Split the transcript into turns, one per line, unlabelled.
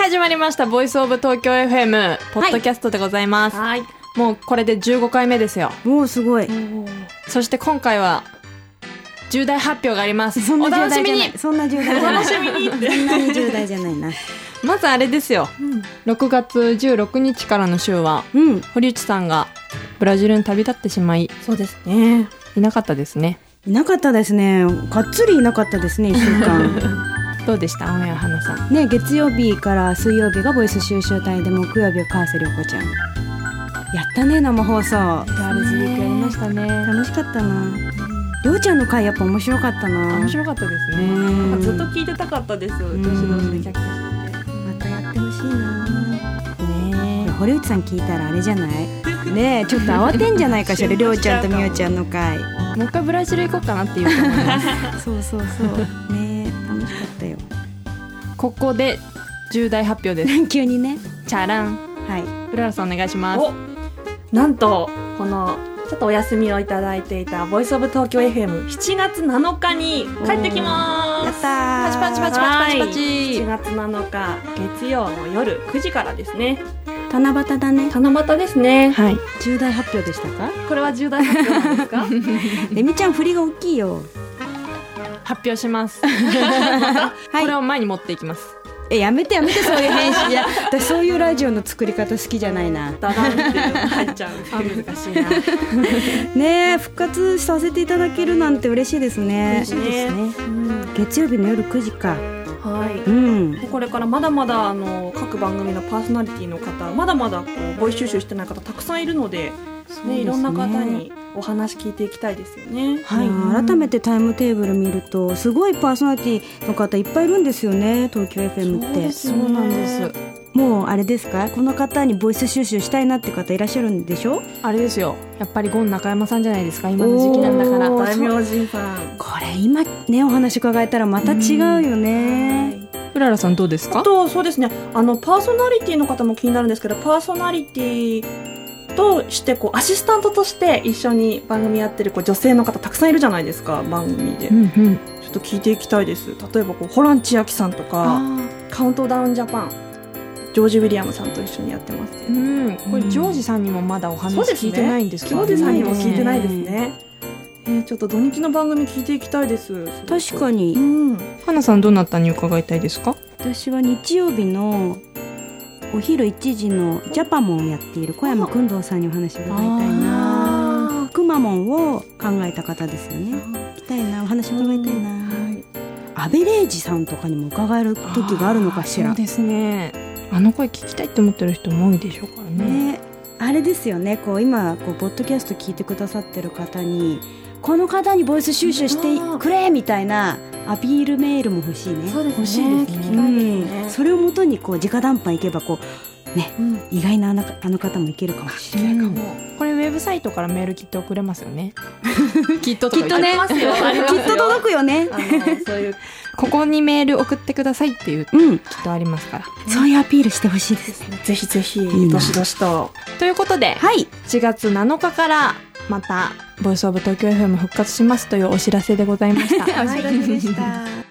始まりました。ボイスオブ東京 FM、ポッドキャストでございます。
はい。
もうこれで15回目ですよ。
もうすごい。
そして今回は、重大発表があります。
そん
お
な重
楽しみ
大じゃ
に
ない。そんな重大じゃない。そんなに重大じゃないな。
まずあれですよ。6月16日からの週は、
うん。
堀内さんがブラジルに旅立ってしまい、
そうですね。
いなかったですね。
いなかったですね。がっつりいなかったですね、一週 間。
どうでしたオンエア花さん。
ね、月曜日から水曜日がボイス収集隊で、木曜日は川瀬良子ちゃん。やったね、生放送。
ガールズウィークやりましたね。
楽しかったな。りょうちゃんの回やっぱ面白かったな。
面白かったです
う
ね。
ん
ずっと聞いてたかったです。女
ん
子同士でキャッキャしてて。
またやってほしいな。これ
ね
堀内さん聞いたらあれじゃない？ねえ、ちょっと慌てんじゃないか しら。りょうちゃんとみおちゃんの回。
もう一回ブラジル行こうかなっていうと思います。
そうそう そう。ねえ、楽しかったよ。
ここで重大発表です。
急にね。
チャラン。
はい。
うららさんお願いします。
おなんと、この、ちょっとお休みをいただいていた、ボイスオブ東京 FM、7月7日に帰ってきま
やっ
す。
たー。
パチパチパチパチパチ
7
パチ。
月7日、月曜の夜9時からですね。
七夕だね。
七夕ですね。
はい。
重大発表でしたか？
これは重大発表なんですか
レミちゃん振りが大きいよ。
発表します。
は
これ
い。
を前に持っていきます。
えやめてやめてそういう編集じゃ。 私そういうラジオの作り方好きじゃないな。
ダダンっていうのが入っちゃう。
あ難しいな。
ねえ、復活させていただけるなんて嬉しいですね。
しいです
ね。
うん
月曜日の夜9時か。
はい。
うん。
これからまだまだあの各番組のパーソナリティの方まだまだこうボイス収集してない方たくさんいるので
そうです
ね
ね
いろんな方にお話聞いていきたいですよね。
はい
まあ改めてタイムテーブル見るとすごいパーソナリティの方いっぱいいるんですよね東京 FM って
そうなんです。
もうあれですかこの方にボイス収集したいなって方いらっしゃるんでしょ
あれですよ。やっぱりゴン中山さんじゃないですか。今の時期なんだから。
おー
大名人さん。
これ今ねお話伺えたらまた違うよね
うららさんどうです
あ
か？
とそうですねあのパーソナリティの方も気になるんですけどパーソナリティとしてこうアシスタントとして一緒に番組やってるこう女性の方たくさんいるじゃないですか番組
う
で、ち
んうん。
ょっと聞いていきたいです例えばこうホラン千秋さんとか。カウントダウンジャパンジョージ・ウィリアムさんと一緒にやってますけ
う
ど
ん。これジョージさんにもまだお話
そうで
聞
すね
いてないんですか？
ジョージさんにも聞いてないです
聞いて
ねえーちょっと土日の番組聞いていきたいです
確か
にう
に
ん
花さんどなたに伺いたいですか？
私は日曜日のお昼1時のジャパモンをやっている小山君堂さんにお話伺いたいな
あ
くまモンを考えた方ですよね
ー
行きたいなお話伺いたいな、
はい
アベレージさんとかにも伺える時があるのかし
あ
ら
ーそうですね。あの声聞きたいって思ってる人も多いでしょうからね。
ね、あれですよねこう今こうポッドキャスト聞いてくださってる方にこの方にボイス収集してくれみたいなアピールメールも欲しいね
そうですね
欲しいですね
聞きたいです
うん
ね
それをもとにこう直談判いけばこうね
うん
意外なあのあの方もいけるかもしれない、
うんこれウェブサイトからメールきっと送れますよね。 きっとと
き
か言っ
っと
て
ね
ありますよあります
き
よ
っと届くよね
あのそういう
ここにメール送ってくださいっていうき
うん
っとありますから。
そういうアピールしてほしいです
ぜひぜひ
いな
どしどしと
ということで、
はい
7月7日から またボイスオブ東京 FM 復活しますというお知らせでございました。
お知らせでした